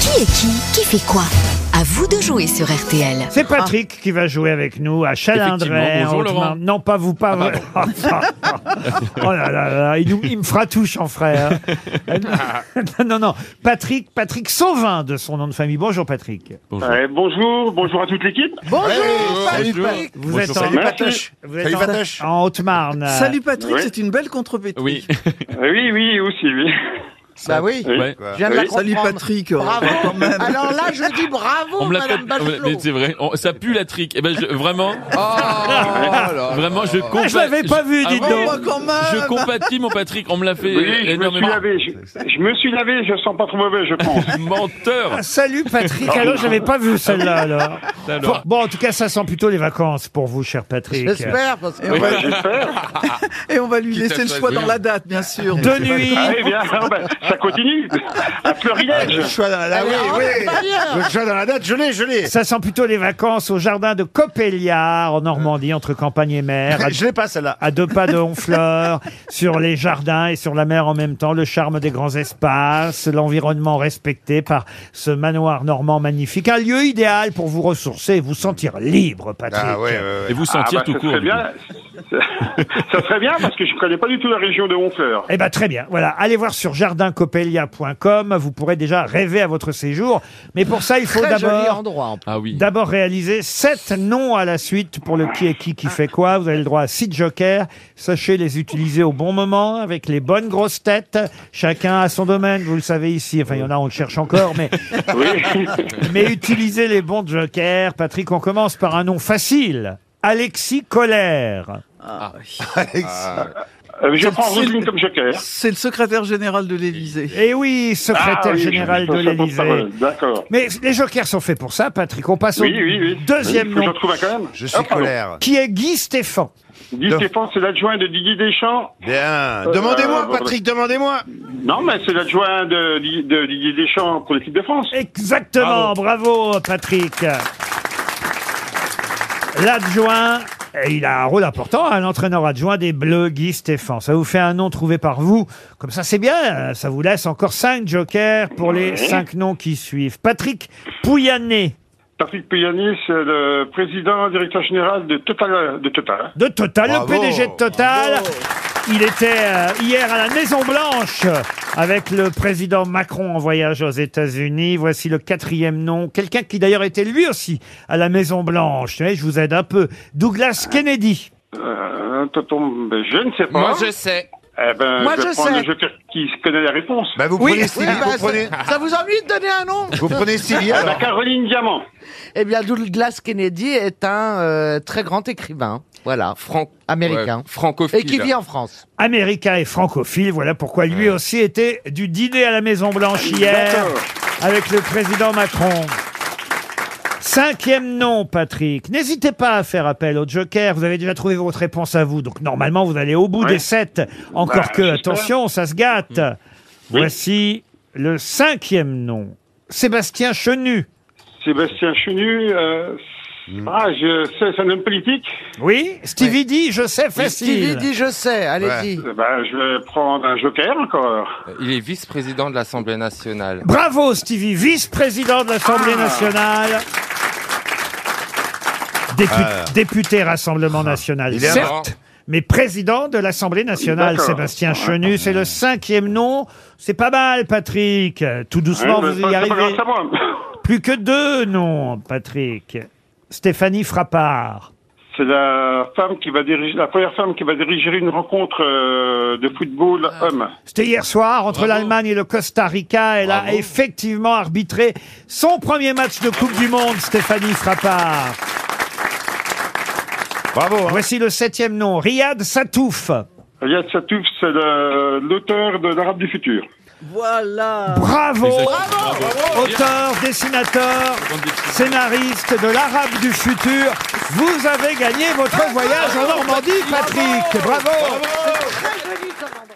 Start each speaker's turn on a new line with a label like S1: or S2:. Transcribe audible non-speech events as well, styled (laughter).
S1: Qui est qui Qui fait quoi À vous de jouer sur RTL.
S2: C'est Patrick qui va jouer avec nous à Chalindray.
S3: Effectivement.
S2: en
S3: Bonjour, Laurent. Ah,
S2: Haute-Marne. Non, pas vous, pas vrai. (laughs) oh là là là, il, nous- il me fera tout, en
S3: (laughs)
S2: frère. non, non, Patrick, Patrick Sauvin de son nom de famille. Bonjour Patrick.
S4: Euh, bonjour, bonjour à toute l'équipe.
S2: Vous
S3: Bonjour,
S2: êtes,
S3: salut Euh,
S2: en,
S4: Patoche.
S2: vous êtes
S5: Salut,
S2: en-
S5: Patoche.
S2: en Haute-Marne.
S5: Salut Patrick,
S4: Ouais.
S5: c'est une belle contre-pétrie.
S3: Oui,
S2: (laughs)
S4: Euh, oui, oui, aussi, oui.
S6: Bah oui,
S4: Oui.
S3: ouais.
S6: je viens de la
S4: Oui.
S5: Salut
S6: comprendre.
S5: Patrick. euh,
S6: Bravo.
S5: quand même.
S6: Alors là, Ah, je dis bravo,
S2: Oh,
S3: on me l'a fait,
S6: Madame
S3: on me l'a- mais
S6: Bachelot.
S3: c'est vrai, on- ça pue la trique. Eh ben, je- vraiment,
S7: Oh.
S3: (laughs) vraiment, je
S2: Ah,
S3: compatis.
S2: je l'avais pas vu, dites
S5: Bon,
S2: donc.
S5: bah, quand même.
S3: Je compatis, mon Patrick, on me l'a fait euh,
S4: Oui, je me suis
S3: énormément.
S4: lavé. Je, je me suis lavé, je sens pas trop mauvais, je (laughs) pense.
S3: Menteur.
S2: Salut Patrick. Alors, j'avais pas vu celle-là alors. Bon,
S3: Alors,
S2: bon, en tout cas, ça sent plutôt les vacances pour vous, cher Patrick.
S6: J'espère, parce que...
S5: Et, on va,
S4: J'espère.
S5: (laughs) et on va lui
S6: Quitte à
S5: laisser le
S6: choisir.
S5: choix dans la date, bien sûr.
S2: De nuit.
S4: Ah, eh bien, ah, bah, ça continue. À
S5: Le
S4: Fleurilège.
S5: choix dans la date.
S6: Allez, rentre, Bayer.
S5: Le choix dans la date, je l'ai, je l'ai.
S2: Ça sent plutôt les vacances au jardin de Copéliard, en Normandie, entre campagne et mer, à,
S5: l'ai pas celle-là.
S2: à deux pas de Honfleur, sur les jardins et sur la mer en même temps, le charme des grands espaces, l'environnement respecté par ce manoir normand magnifique. Un lieu idéal pour vous ressourcer et vous sentir libre, Patrick.
S7: Ah ouais, ouais,
S3: (laughs) et
S7: ouais.
S3: vous
S4: Ah,
S3: sentir
S4: bah,
S3: tout
S4: ça
S3: court.
S4: serait bien. ça serait bien parce que je connais pas du tout la région de Honfleur.
S2: Eh ben très bien. Voilà, allez voir sur jardincoppelia.com, vous pourrez déjà rêver à votre séjour, mais pour ça il faut
S6: Très joli
S2: d'abord
S6: endroit. en plus.
S3: Ah oui.
S2: D'abord réaliser sept noms à la suite pour le qui est qui qui fait quoi. Vous avez le droit à six jokers. Sachez les utiliser au bon moment avec les bonnes grosses têtes. Chacun à son domaine, vous le savez ici. Enfin, il y en a, on le cherche encore, mais,
S4: (laughs) Oui.
S2: (laughs) mais utilisez les bons jokers. Patrick, on commence par un nom facile. Alexis Colère.
S7: Ah,
S4: Euh, je
S5: Quel
S4: prends
S5: style.
S4: Roselyne comme joker.
S5: C'est le secrétaire général de l'Élysée.
S2: Eh oui, secrétaire
S4: Ah, oui, je-
S2: général
S4: je-
S2: de
S4: je- je-
S2: l'Élysée.
S4: D'accord.
S2: Mais les jokers sont faits pour ça, Patrick. On passe au
S4: Oui, oui, oui.
S2: deuxième
S4: Il faut que
S2: nom,
S4: Je trouve un quand même.
S7: Je
S4: Ah,
S7: suis
S4: pardon.
S7: colère.
S2: qui est Guy Stéphane.
S4: Guy Stéphane, c'est l'adjoint de Didier Deschamps.
S7: Bien.
S4: Euh,
S7: Demandez-moi,
S4: euh,
S7: Patrick, demandez-moi.
S4: Non, mais c'est l'adjoint de, de Didier Deschamps pour l'équipe de France.
S2: Exactement, bravo, Patrick. L'adjoint, et il a un rôle important, hein, l'entraîneur adjoint des Bleus, Guy Stéphane. Ça vous fait un nom trouvé par vous, comme ça c'est bien, euh, ça vous laisse encore cinq jokers pour les
S4: Ouais.
S2: cinq noms qui suivent. Patrick Pouyanné
S4: Patrick Puyanis, c'est le président, directeur général de Total. De Total. hein.
S2: de Total,
S7: Bravo.
S2: le PDG de Total. Il était euh, hier à la Maison Blanche avec le président Macron en voyage aux États-Unis. Voici le quatrième nom, quelqu'un qui d'ailleurs était lui aussi à la Maison Blanche. Vous voyez, Je vous aide un peu. Douglas Kennedy.
S4: Euh, tonton, ben, je ne sais pas.
S8: Moi, je sais.
S4: Eh ben,
S6: Moi,
S4: je vais
S6: je
S4: prendre
S6: sais.
S4: le joker qui connaît la réponse.
S7: Bah, vous
S6: Oui,
S7: prenez
S6: oui,
S7: Stevie,
S6: bah,
S7: vous prenez,
S6: ça, ça vous a envie de donner un nom
S7: vous prenez Stevie, alors.
S4: Caroline Diamant.
S6: Eh bien, Douglas Kennedy est un euh, très grand écrivain, voilà,
S8: Franc...
S6: américain,
S8: ouais, francophile.
S6: et qui vit en France.
S2: Américain et francophile, voilà pourquoi lui aussi était du dîner à la Maison Blanche hier
S4: D'accord.
S2: avec le président Macron. Cinquième nom, Patrick. N'hésitez pas à faire appel au Joker. Vous avez déjà trouvé votre réponse à vous, donc normalement vous allez au bout
S4: Ouais.
S2: des sept. Encore
S4: Bah,
S2: que,
S4: j'espère. Hmm.
S2: attention, ça se gâte. Voici le cinquième nom. Sébastien Chenu.
S4: Sébastien Chenu, euh, ah, je sais, c'est un homme politique.
S2: Oui, Stevie dit, je sais facile.
S6: Stevie dit je sais, hein. allez-y.
S4: Eh Ben, je vais prendre un joker encore.
S8: Il est vice-président de l'Assemblée nationale.
S2: Bravo Stevie, vice-président de l'Assemblée
S7: Ah.
S2: nationale. Dépu-
S7: Ah.
S2: Député Rassemblement National,
S7: Il est
S2: certes,
S8: marrant.
S2: mais président de l'Assemblée nationale,
S4: D'accord.
S2: Sébastien
S7: Ah.
S2: Chenu, c'est le cinquième nom. C'est pas mal, Patrick. Euh, Tout doucement,
S4: Ouais,
S2: vous
S4: ben,
S2: y
S4: c'est pas
S2: arrivez.
S4: grave, ça va.
S2: Plus que deux noms, Patrick. Stéphanie Frappard.
S4: (laughs) C'est la femme qui va diriger, la première femme qui va diriger une rencontre euh, de football homme.
S2: C'était hier soir entre
S3: Bravo.
S2: l'Allemagne et le Costa Rica. Elle a
S8: Bravo.
S2: effectivement arbitré son premier match de Coupe du Monde, Stéphanie Frappard.
S7: Bravo, hein.
S2: Voici le septième nom, Riyad Satouf.
S4: Riyad Satouf, c'est le- l'auteur de l'Arabe du futur.
S5: Voilà.
S2: Oh, Bravo,
S3: Exactement. Bravo.
S2: auteur, dessinateur, scénariste de l'Arabe du futur. Vous avez gagné votre voyage en Normandie, Patrick. Bravo.